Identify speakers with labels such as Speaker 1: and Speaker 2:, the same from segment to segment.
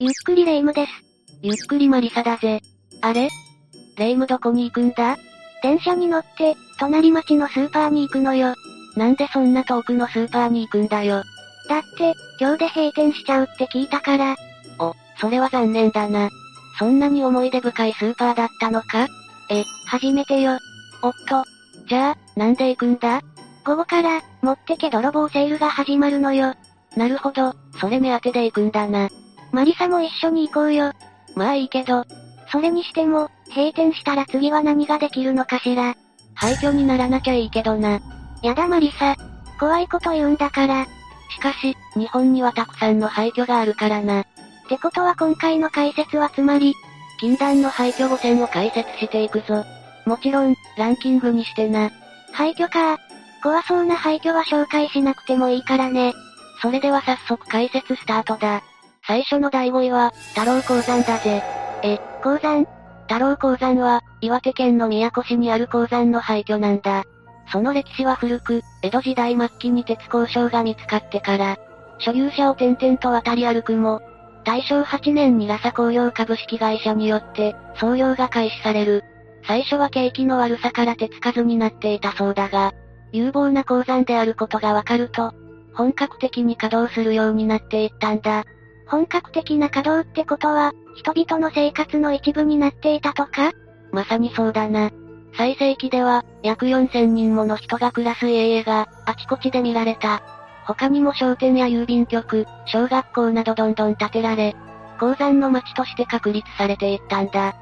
Speaker 1: ゆっくりレ夢ムです。
Speaker 2: ゆっくりマリサだぜ。あれレ夢ムどこに行くんだ
Speaker 1: 電車に乗って、隣町のスーパーに行くのよ。
Speaker 2: なんでそんな遠くのスーパーに行くんだよ。
Speaker 1: だって、今日で閉店しちゃうって聞いたから、
Speaker 2: お、それは残念だな。そんなに思い出深いスーパーだったのかえ、初めてよ。おっと。じゃあ、なんで行くんだ
Speaker 1: 午後から、持ってけ泥棒セールが始まるのよ。
Speaker 2: なるほど、それ目当てで行くんだな。
Speaker 1: マリサも一緒に行こうよ。
Speaker 2: まあいいけど、
Speaker 1: それにしても、閉店したら次は何ができるのかしら。
Speaker 2: 廃墟にならなきゃいいけどな。
Speaker 1: やだマリサ。怖いこと言うんだから。
Speaker 2: しかし、日本にはたくさんの廃墟があるからな。
Speaker 1: ってことは今回の解説はつまり、
Speaker 2: 禁断の廃墟5選を解説していくぞ。もちろん、ランキングにしてな。
Speaker 1: 廃墟か。怖そうな廃墟は紹介しなくてもいいからね。
Speaker 2: それでは早速解説スタートだ。最初の第5位は、太郎鉱山だぜ。
Speaker 1: 鉱山、
Speaker 2: 太郎鉱山は、岩手県の宮古市にある鉱山の廃墟なんだ。その歴史は古く、江戸時代末期に鉄鉱床が見つかってから、所有者を転々と渡り歩くも、大正8年にラサ工業株式会社によって、創業が開始される。最初は景気の悪さから手つかずになっていたそうだが、有望な鉱山であることがわかると、本格的に稼働するようになっていったんだ。
Speaker 1: 本格的な稼働ってことは、人々の生活の一部になっていたとか
Speaker 2: まさにそうだな。最盛期では、約4000人もの人が暮らす家々が、あちこちで見られた。他にも商店や郵便局、小学校などどんどん建てられ、鉱山の町として確立されていったんだ。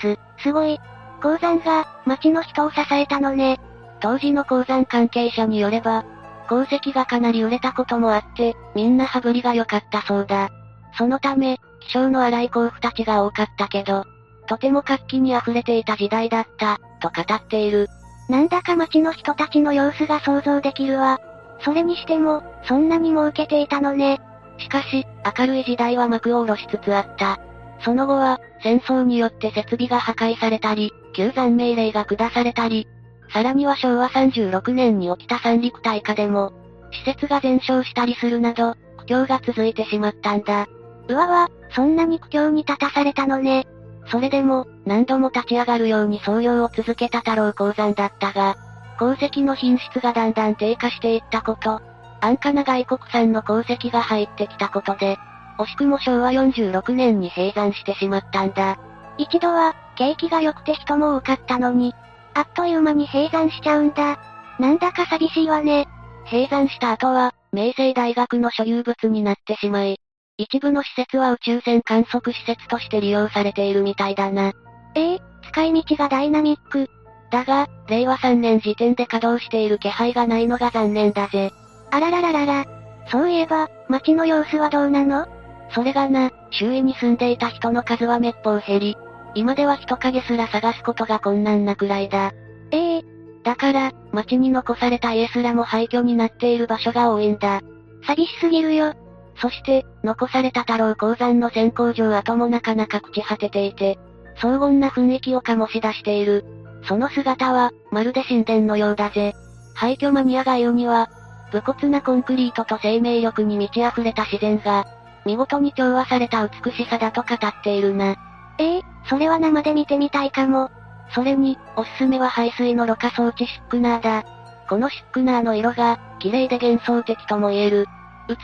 Speaker 2: す、
Speaker 1: すごい。鉱山が、町の人を支えたのね。
Speaker 2: 当時の鉱山関係者によれば、鉱石がかなり売れたこともあって、みんな羽振りが良かったそうだ。そのため、気性の荒い鉱夫たちが多かったけど、とても活気に溢れていた時代だった、と語っている。
Speaker 1: なんだか町の人たちの様子が想像できるわ。それにしても、そんなに儲けていたのね。
Speaker 2: しかし、明るい時代は幕を下ろしつつあった。その後は、戦争によって設備が破壊されたり、休山命令が下されたり、さらには昭和36年に起きた三陸大火でも、施設が全焼したりするなど、苦境が続いてしまったんだ。
Speaker 1: うわわ、そんなに苦境に立たされたのね。
Speaker 2: それでも、何度も立ち上がるように創業を続けた太郎鉱山だったが、鉱石の品質がだんだん低下していったこと、安価な外国産の鉱石が入ってきたことで、惜しくも昭和46年に閉山してしまったんだ。
Speaker 1: 一度は、景気が良くて人も多かったのに、あっという間に閉山しちゃうんだ。なんだか寂しいわね。
Speaker 2: 閉山した後は、明星大学の所有物になってしまい、一部の施設は宇宙船観測施設として利用されているみたいだな。
Speaker 1: ええ使い道がダイナミック。
Speaker 2: だが、令和3年時点で稼働している気配がないのが残念だぜ。
Speaker 1: あららららら。そういえば、町の様子はどうなの
Speaker 2: それがな、周囲に住んでいた人の数は滅法減り、今では人影すら探すことが困難なくらいだ。
Speaker 1: ええ
Speaker 2: だから、町に残された家すらも廃墟になっている場所が多いんだ。
Speaker 1: 寂しすぎるよ。
Speaker 2: そして、残された太郎鉱山の先工場跡もなかなか朽ち果てていて、荘厳な雰囲気を醸し出している。その姿は、まるで神殿のようだぜ。廃墟マニアが言うには、武骨なコンクリートと生命力に満ち溢れた自然が、見事に調和された美しさだと語っているな。
Speaker 1: ええそれは生で見てみたいかも。
Speaker 2: それに、おすすめは排水のろ過装置シックナーだ。このシックナーの色が、綺麗で幻想的とも言える。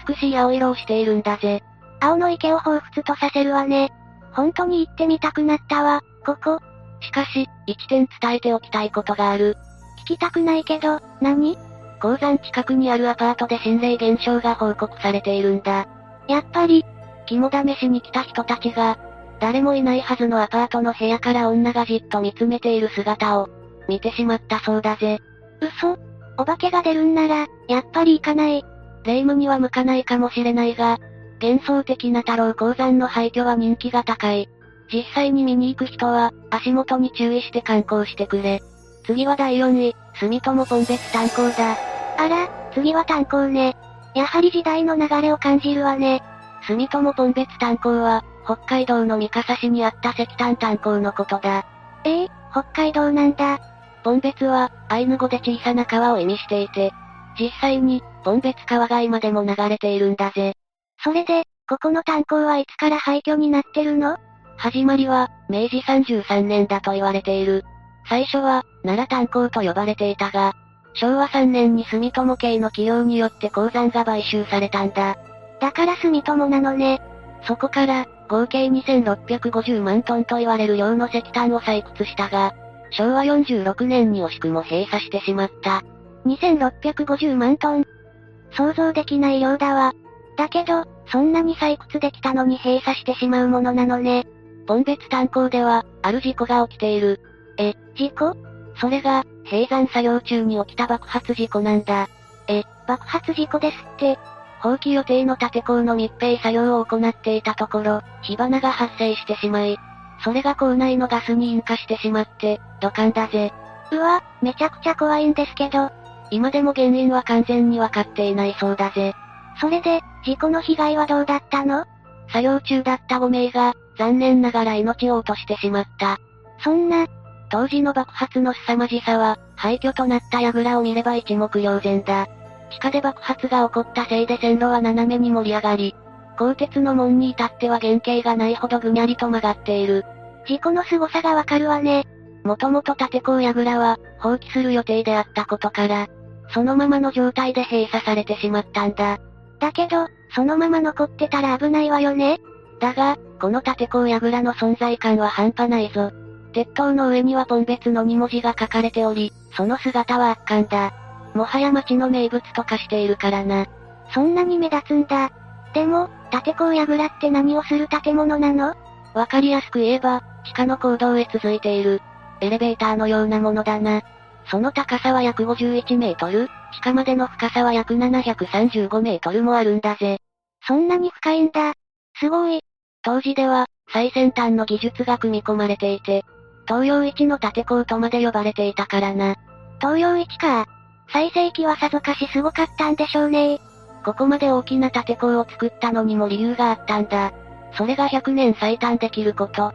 Speaker 2: 美しい青色をしているんだぜ。
Speaker 1: 青の池を彷彿とさせるわね。本当に行ってみたくなったわ、ここ。
Speaker 2: しかし、一点伝えておきたいことがある。
Speaker 1: 聞きたくないけど、何
Speaker 2: 鉱山近くにあるアパートで心霊現象が報告されているんだ。
Speaker 1: やっぱり、
Speaker 2: 肝試しに来た人たちが、誰もいないはずのアパートの部屋から女がじっと見つめている姿を、見てしまったそうだぜ。
Speaker 1: 嘘お化けが出るんなら、やっぱり行かない。
Speaker 2: 霊夢には向かないかもしれないが、幻想的な太郎鉱山の廃墟は人気が高い。実際に見に行く人は、足元に注意して観光してくれ。次は第4位、住友ポン別炭鉱だ。
Speaker 1: あら、次は炭鉱ね。やはり時代の流れを感じるわね。
Speaker 2: 住友ポン別炭鉱は、北海道の三笠市にあった石炭炭鉱のことだ。
Speaker 1: ええ北海道なんだ。
Speaker 2: ボンベツは、アイヌ語で小さな川を意味していて、実際に、ボンベツ川が今でも流れているんだぜ。
Speaker 1: それで、ここの炭鉱はいつから廃墟になってるの
Speaker 2: 始まりは、明治33年だと言われている。最初は、奈良炭鉱と呼ばれていたが、昭和3年に住友系の企業によって鉱山が買収されたんだ。
Speaker 1: だから住友なのね。
Speaker 2: そこから、合計2650万トンと言われる量の石炭を採掘したが、昭和46年に惜しくも閉鎖してしまった。
Speaker 1: 2650万トン。想像できない量だわ。だけど、そんなに採掘できたのに閉鎖してしまうものなのね。
Speaker 2: ボンベツ炭鉱では、ある事故が起きている。
Speaker 1: 事故
Speaker 2: それが、閉山作業中に起きた爆発事故なんだ。
Speaker 1: 爆発事故ですって。
Speaker 2: 放棄予定の建て工の密閉作業を行っていたところ、火花が発生してしまい、それが校内のガスに引火してしまって、土管だぜ。
Speaker 1: うわ、めちゃくちゃ怖いんですけど、
Speaker 2: 今でも原因は完全にわかっていないそうだぜ。
Speaker 1: それで、事故の被害はどうだったの
Speaker 2: 作業中だった5名が、残念ながら命を落としてしまった。
Speaker 1: そんな、
Speaker 2: 当時の爆発の凄まじさは、廃墟となった櫓を見れば一目瞭然だ。地下で爆発が起こったせいで線路は斜めに盛り上がり、鋼鉄の門に至っては原型がないほどぐにゃりと曲がっている。
Speaker 1: 事故の凄さがわかるわね。
Speaker 2: もともと建工櫓は、放棄する予定であったことから、そのままの状態で閉鎖されてしまったんだ。
Speaker 1: だけど、そのまま残ってたら危ないわよね。
Speaker 2: だが、この建工櫓の存在感は半端ないぞ。鉄塔の上にはポンベツの2文字が書かれており、その姿は圧巻だ。もはや町の名物と化しているからな。
Speaker 1: そんなに目立つんだ。でも、建工櫓って何をする建物なの
Speaker 2: わかりやすく言えば、地下の坑道へ続いている、エレベーターのようなものだな。その高さは約51メートル、地下までの深さは約735メートルもあるんだぜ。
Speaker 1: そんなに深いんだ。すごい。
Speaker 2: 当時では、最先端の技術が組み込まれていて、東洋一の建工とまで呼ばれていたからな。
Speaker 1: 東洋一か。最盛期はさぞかしすごかったんでしょうね。
Speaker 2: ここまで大きな建工を作ったのにも理由があったんだ。それが100年最短できること。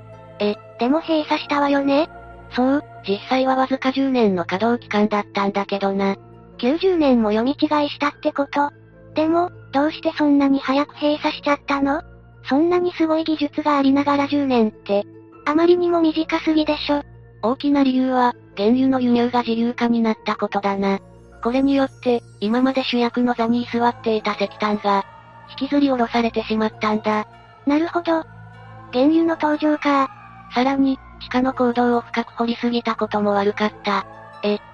Speaker 1: でも閉鎖したわよね。
Speaker 2: そう、実際はわずか10年の稼働期間だったんだけどな。
Speaker 1: 90年も読み違いしたってこと。でも、どうしてそんなに早く閉鎖しちゃったのそんなにすごい技術がありながら10年って、あまりにも短すぎでしょ。
Speaker 2: 大きな理由は、原油の輸入が自由化になったことだな。これによって、今まで主役の座に居座っていた石炭が、引きずり下ろされてしまったんだ。
Speaker 1: なるほど。原油の登場か。
Speaker 2: さらに、地下の坑道を深く掘りすぎたことも悪かった。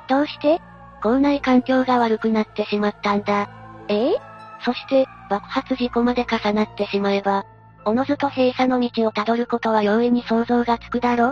Speaker 1: どうして
Speaker 2: 校内環境が悪くなってしまったんだ。
Speaker 1: ええ
Speaker 2: そして、爆発事故まで重なってしまえば、おのずと閉鎖の道をたどることは容易に想像がつくだろ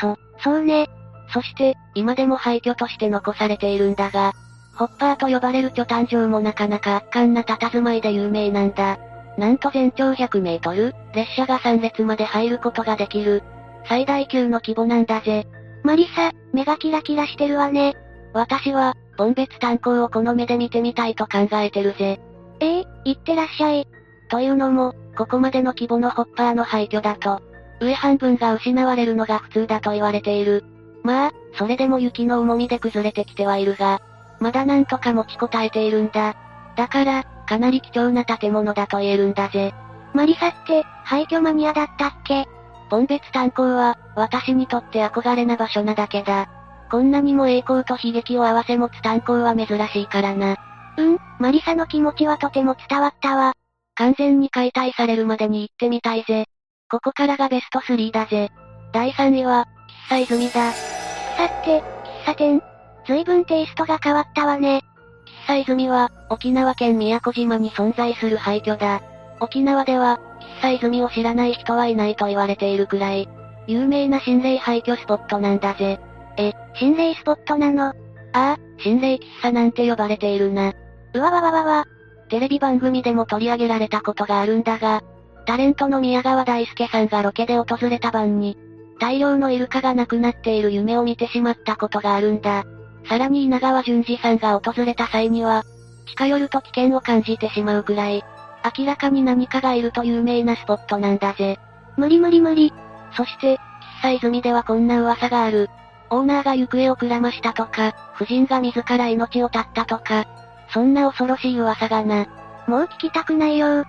Speaker 1: そ、そうね。
Speaker 2: そして、今でも廃墟として残されているんだが、ホッパーと呼ばれる巨誕城もなかなか圧巻な佇まいで有名なんだ。なんと全長100メートル、列車が3列まで入ることができる。最大級の規模なんだぜ。
Speaker 1: マリサ、目がキラキラしてるわね。
Speaker 2: 私は、ボンベツ炭鉱をこの目で見てみたいと考えてるぜ。
Speaker 1: ええ行ってらっしゃい。
Speaker 2: というのも、ここまでの規模のホッパーの廃墟だと、上半分が失われるのが普通だと言われている。まあ、それでも雪の重みで崩れてきてはいるが、まだなんとか持ちこたえているんだ。だから、かなり貴重な建物だと言えるんだぜ。
Speaker 1: マリサって、廃墟マニアだったっけ
Speaker 2: ボンベツ炭鉱は、私にとって憧れな場所なだけだ。こんなにも栄光と悲劇を合わせ持つ炭鉱は珍しいからな。
Speaker 1: うん、マリサの気持ちはとても伝わったわ。
Speaker 2: 完全に解体されるまでに行ってみたいぜ。ここからがベスト3だぜ。第3位は、喫茶泉だ。
Speaker 1: さて、喫茶店。随分テイストが変わったわね。
Speaker 2: 喫茶泉は、沖縄県宮古島に存在する廃墟だ。沖縄では、喫茶泉を知らない人はいないと言われているくらい、有名な心霊廃墟スポットなんだぜ。
Speaker 1: 心霊スポットなの。
Speaker 2: ああ、心霊喫茶なんて呼ばれているな。
Speaker 1: うわわわわわ。
Speaker 2: テレビ番組でも取り上げられたことがあるんだが、タレントの宮川大輔さんがロケで訪れた晩に、大量のイルカが亡くなっている夢を見てしまったことがあるんだ。さらに稲川淳二さんが訪れた際には、近寄ると危険を感じてしまうくらい、明らかに何かがいると有名なスポットなんだぜ。
Speaker 1: 無理無理無理。
Speaker 2: そして、喫茶泉ではこんな噂がある。オーナーが行方をくらましたとか、夫人が自ら命を絶ったとか、そんな恐ろしい噂がな。
Speaker 1: もう聞きたくないよ。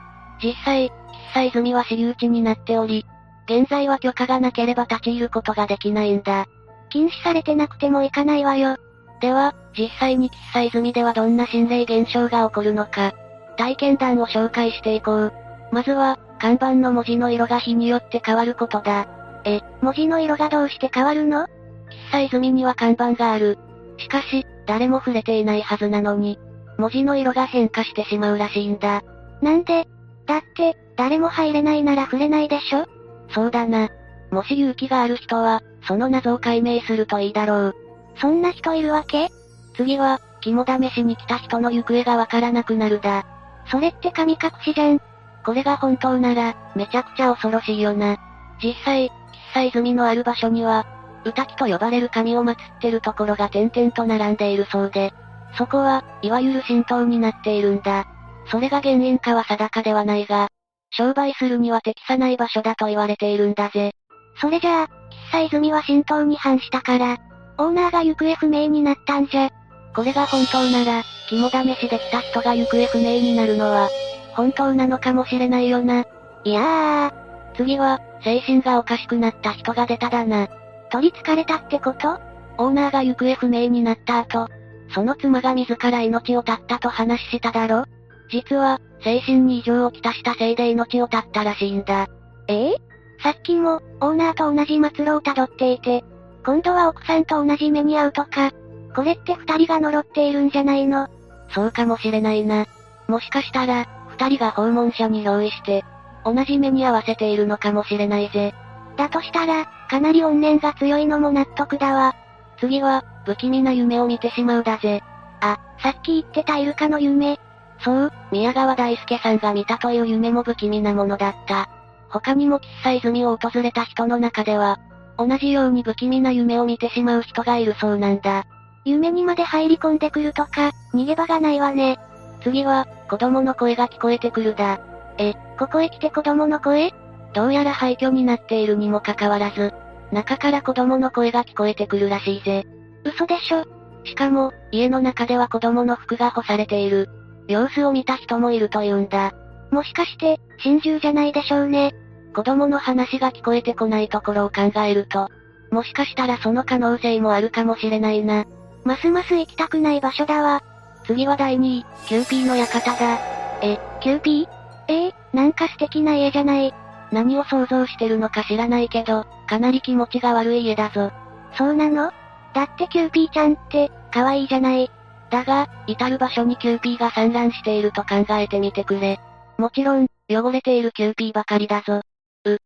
Speaker 2: 実際、喫佐泉は私有地になっており、現在は許可がなければ立ち入ることができないんだ。
Speaker 1: 禁止されてなくても行かないわよ。
Speaker 2: では、実際に喫茶泉ではどんな心霊現象が起こるのか、体験談を紹介していこう。まずは、看板の文字の色が日によって変わることだ。
Speaker 1: え、文字の色がどうして変わるの
Speaker 2: 喫茶泉には看板がある。しかし、誰も触れていないはずなのに、文字の色が変化してしまうらしいんだ。
Speaker 1: なんでだって、誰も入れないなら触れないでしょ
Speaker 2: そうだな。もし勇気がある人は、その謎を解明するといいだろう。
Speaker 1: そんな人いるわけ
Speaker 2: 次は、肝試しに来た人の行方がわからなくなるだ。
Speaker 1: それって神隠しじゃん。
Speaker 2: これが本当なら、めちゃくちゃ恐ろしいよな。実際、喫茶泉のある場所には、うたきと呼ばれる神を祀ってるところが点々と並んでいるそうで、そこは、いわゆる神道になっているんだ。それが原因かは定かではないが、商売するには適さない場所だと言われているんだぜ。
Speaker 1: それじゃあ、喫茶泉は神道に反したから、オーナーが行方不明になったんじゃ。
Speaker 2: これが本当なら、肝試しで来た人が行方不明になるのは、本当なのかもしれないよな。
Speaker 1: いや
Speaker 2: ー。次は、精神がおかしくなった人が出ただな。
Speaker 1: 取り憑かれたってこと
Speaker 2: オーナーが行方不明になった後、その妻が自ら命を絶ったと話しただろ実は、精神に異常をきたしたせいで命を絶ったらしいんだ。
Speaker 1: ええさっきも、オーナーと同じ末路を辿っていて、今度は奥さんと同じ目に遭うとか、これって二人が呪っているんじゃないの
Speaker 2: そうかもしれないな。もしかしたら、二人が訪問者に憑依して、同じ目に遭わせているのかもしれないぜ。
Speaker 1: だとしたら、かなり怨念が強いのも納得だわ。
Speaker 2: 次は、不気味な夢を見てしまうだぜ。
Speaker 1: あ、さっき言ってたイルカの夢。
Speaker 2: そう、宮川大輔さんが見たという夢も不気味なものだった。他にも喫茶泉を訪れた人の中では、同じように不気味な夢を見てしまう人がいるそうなんだ。
Speaker 1: 夢にまで入り込んでくるとか、逃げ場がないわね。
Speaker 2: 次は、子供の声が聞こえてくるだ。
Speaker 1: え、ここへ来て子供の声
Speaker 2: どうやら廃墟になっているにもかかわらず、中から子供の声が聞こえてくるらしいぜ。
Speaker 1: 嘘でしょ。
Speaker 2: しかも、家の中では子供の服が干されている。様子を見た人もいるというんだ。
Speaker 1: もしかして、真珠じゃないでしょうね。
Speaker 2: 子供の話が聞こえてこないところを考えると、もしかしたらその可能性もあるかもしれないな。
Speaker 1: ますます行きたくない場所だわ。
Speaker 2: 次は第2位、キューピーの館だ。
Speaker 1: え、キューピーえー、なんか素敵な家じゃない。
Speaker 2: 何を想像してるのか知らないけど、かなり気持ちが悪い家だぞ。
Speaker 1: そうなのだってキューピーちゃんって、可愛いじゃない。
Speaker 2: だが、至る場所にキューピーが散乱していると考えてみてくれ。もちろん、汚れているキューピーばかりだぞ。う。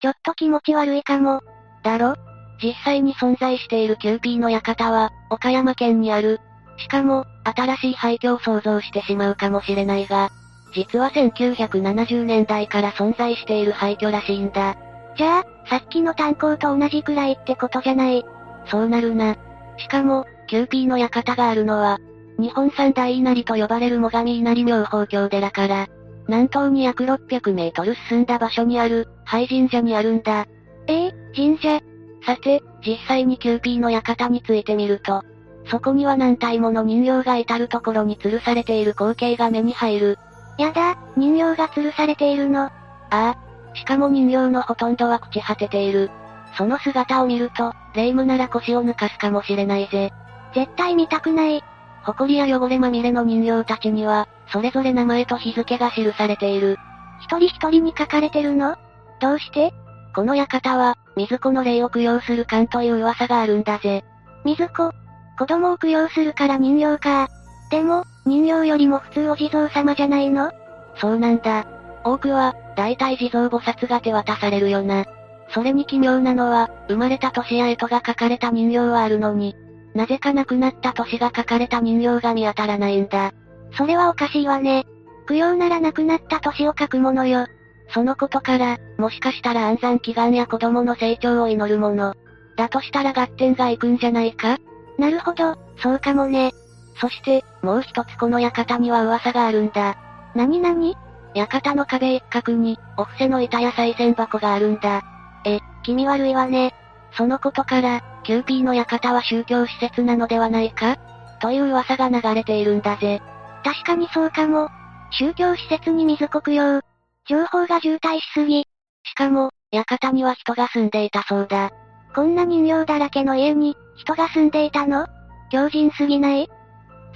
Speaker 1: ちょっと気持ち悪いかも。
Speaker 2: だろ実際に存在しているキューピーの館は、岡山県にある。しかも、新しい廃墟を想像してしまうかもしれないが、実は1970年代から存在している廃墟らしいんだ。
Speaker 1: じゃあ、さっきの炭鉱と同じくらいってことじゃない。
Speaker 2: そうなるな。しかも、キューピーの館があるのは、日本三大稲荷と呼ばれる最上稲荷妙法教寺から、南東に約600メートル進んだ場所にある、廃神社にあるんだ。
Speaker 1: ええ神社
Speaker 2: さて、実際にキューピーの館についてみると、そこには何体もの人形が至るところに吊るされている光景が目に入る。
Speaker 1: やだ、人形が吊るされているの。
Speaker 2: ああ。しかも人形のほとんどは朽ち果てている。その姿を見ると、霊夢なら腰を抜かすかもしれないぜ。
Speaker 1: 絶対見たくない。
Speaker 2: 埃や汚れまみれの人形たちには、それぞれ名前と日付が記されている。
Speaker 1: 一人一人に書かれてるのどうして
Speaker 2: この館は、水子の霊を供養する勘という噂があるんだぜ。
Speaker 1: 水子。子供を供養するから人形か。でも、人形よりも普通お地蔵様じゃないの
Speaker 2: そうなんだ。多くは、大体地蔵菩薩が手渡されるよな。それに奇妙なのは、生まれた年や干支が書かれた人形はあるのに、なぜか亡くなった年が書かれた人形が見当たらないんだ。
Speaker 1: それはおかしいわね。供養なら亡くなった年を書くものよ。
Speaker 2: そのことから、もしかしたら安産祈願や子供の成長を祈るもの。だとしたら合点がいくんじゃないか
Speaker 1: なるほど、そうかもね。
Speaker 2: そして、もう一つこの館には噂があるんだ。
Speaker 1: なになに
Speaker 2: 館の壁一角に、お布施の板や再銭箱があるんだ。
Speaker 1: え、気味悪いわね。
Speaker 2: そのことから、キューピーの館は宗教施設なのではないかという噂が流れているんだぜ。
Speaker 1: 確かにそうかも。宗教施設に水国用。情報が渋滞しすぎ。
Speaker 2: しかも、館には人が住んでいたそうだ。
Speaker 1: こんな人形だらけの家に、人が住んでいたの強靭すぎない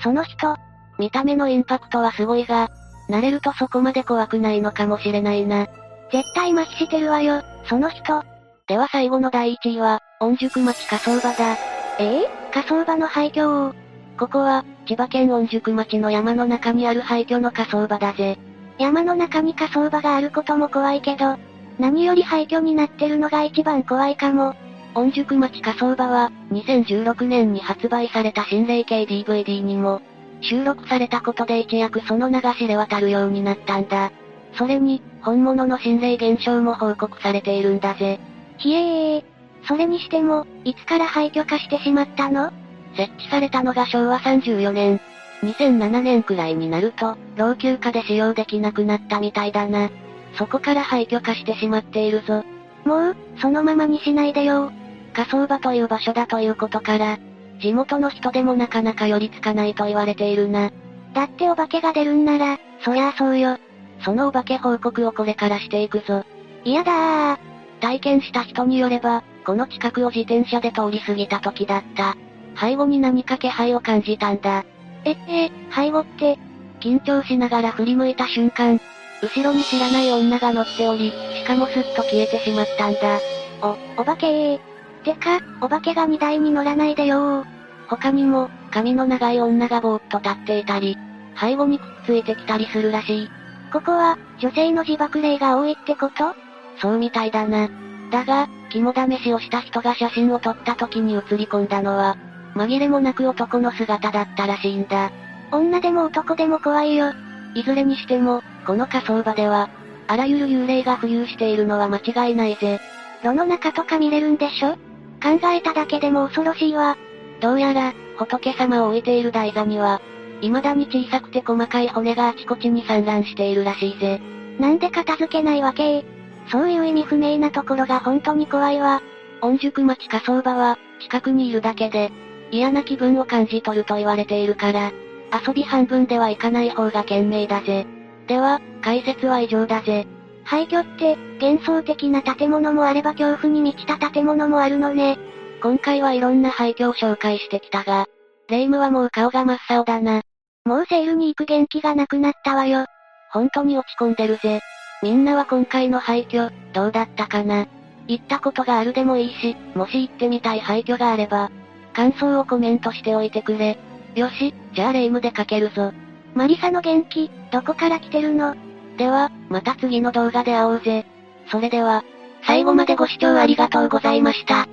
Speaker 1: その人、
Speaker 2: 見た目のインパクトはすごいが、慣れるとそこまで怖くないのかもしれないな。
Speaker 1: 絶対麻痺してるわよ、その人。
Speaker 2: では最後の第1位は、御宿町火葬場だ。
Speaker 1: ええ火葬場の廃墟を。
Speaker 2: ここは、千葉県御宿町の山の中にある廃墟の火葬場だぜ。
Speaker 1: 山の中に火葬場があることも怖いけど、何より廃墟になってるのが一番怖いかも。
Speaker 2: 御宿町火葬場は、2016年に発売された心霊系 DVD にも、収録されたことで一躍その名が知れ渡るようになったんだ。それに、本物の心霊現象も報告されているんだぜ。
Speaker 1: ひえー。それにしても、いつから廃墟化してしまったの
Speaker 2: 設置されたのが昭和34年。2007年くらいになると、老朽化で使用できなくなったみたいだな。そこから廃墟化してしまっているぞ。
Speaker 1: もう、そのままにしないでよ。
Speaker 2: 火葬場という場所だということから、地元の人でもなかなか寄りつかないと言われているな。
Speaker 1: だってお化けが出るんなら、そりゃあそうよ。
Speaker 2: そのお化け報告をこれからしていくぞ。
Speaker 1: 嫌だー。
Speaker 2: 体験した人によれば、この近くを自転車で通り過ぎた時だった。背後に何か気配を感じたんだ。
Speaker 1: え、え、背後って、
Speaker 2: 緊張しながら振り向いた瞬間、後ろに知らない女が乗っており、しかもすっと消えてしまったんだ。
Speaker 1: お、お化けー。てか、お化けが荷台に乗らないでよ
Speaker 2: 他にも、髪の長い女がぼーっと立っていたり、背後にくっついてきたりするらしい。
Speaker 1: ここは、女性の自爆霊が多いってこと
Speaker 2: そうみたいだな。だが、肝試しをした人が写真を撮った時に写り込んだのは、紛れもなく男の姿だったらしいんだ。
Speaker 1: 女でも男でも怖いよ。
Speaker 2: いずれにしても、この火葬場では、あらゆる幽霊が浮遊しているのは間違いないぜ。
Speaker 1: 炉の中とか見れるんでしょ考えただけでも恐ろしいわ。
Speaker 2: どうやら、仏様を置いている台座には、未だに小さくて細かい骨があちこちに散乱しているらしいぜ。
Speaker 1: なんで片付けないわけそういう意味不明なところが本当に怖いわ。
Speaker 2: 御宿町火葬場は、近くにいるだけで、嫌な気分を感じ取ると言われているから、遊び半分では行かない方が賢明だぜ。では、解説は以上だぜ。
Speaker 1: 廃墟って、幻想的な建物もあれば恐怖に満ちた建物もあるのね。
Speaker 2: 今回はいろんな廃墟を紹介してきたが、霊夢はもう顔が真っ青だな。
Speaker 1: もうセールに行く元気がなくなったわよ。
Speaker 2: 本当に落ち込んでるぜ。みんなは今回の廃墟、どうだったかな行ったことがあるでもいいし、もし行ってみたい廃墟があれば、感想をコメントしておいてくれ。よし、じゃあ霊夢でかけるぞ。
Speaker 1: マリサの元気、どこから来てるの
Speaker 2: では、また次の動画で会おうぜ。それでは、
Speaker 1: 最後までご視聴ありがとうございました。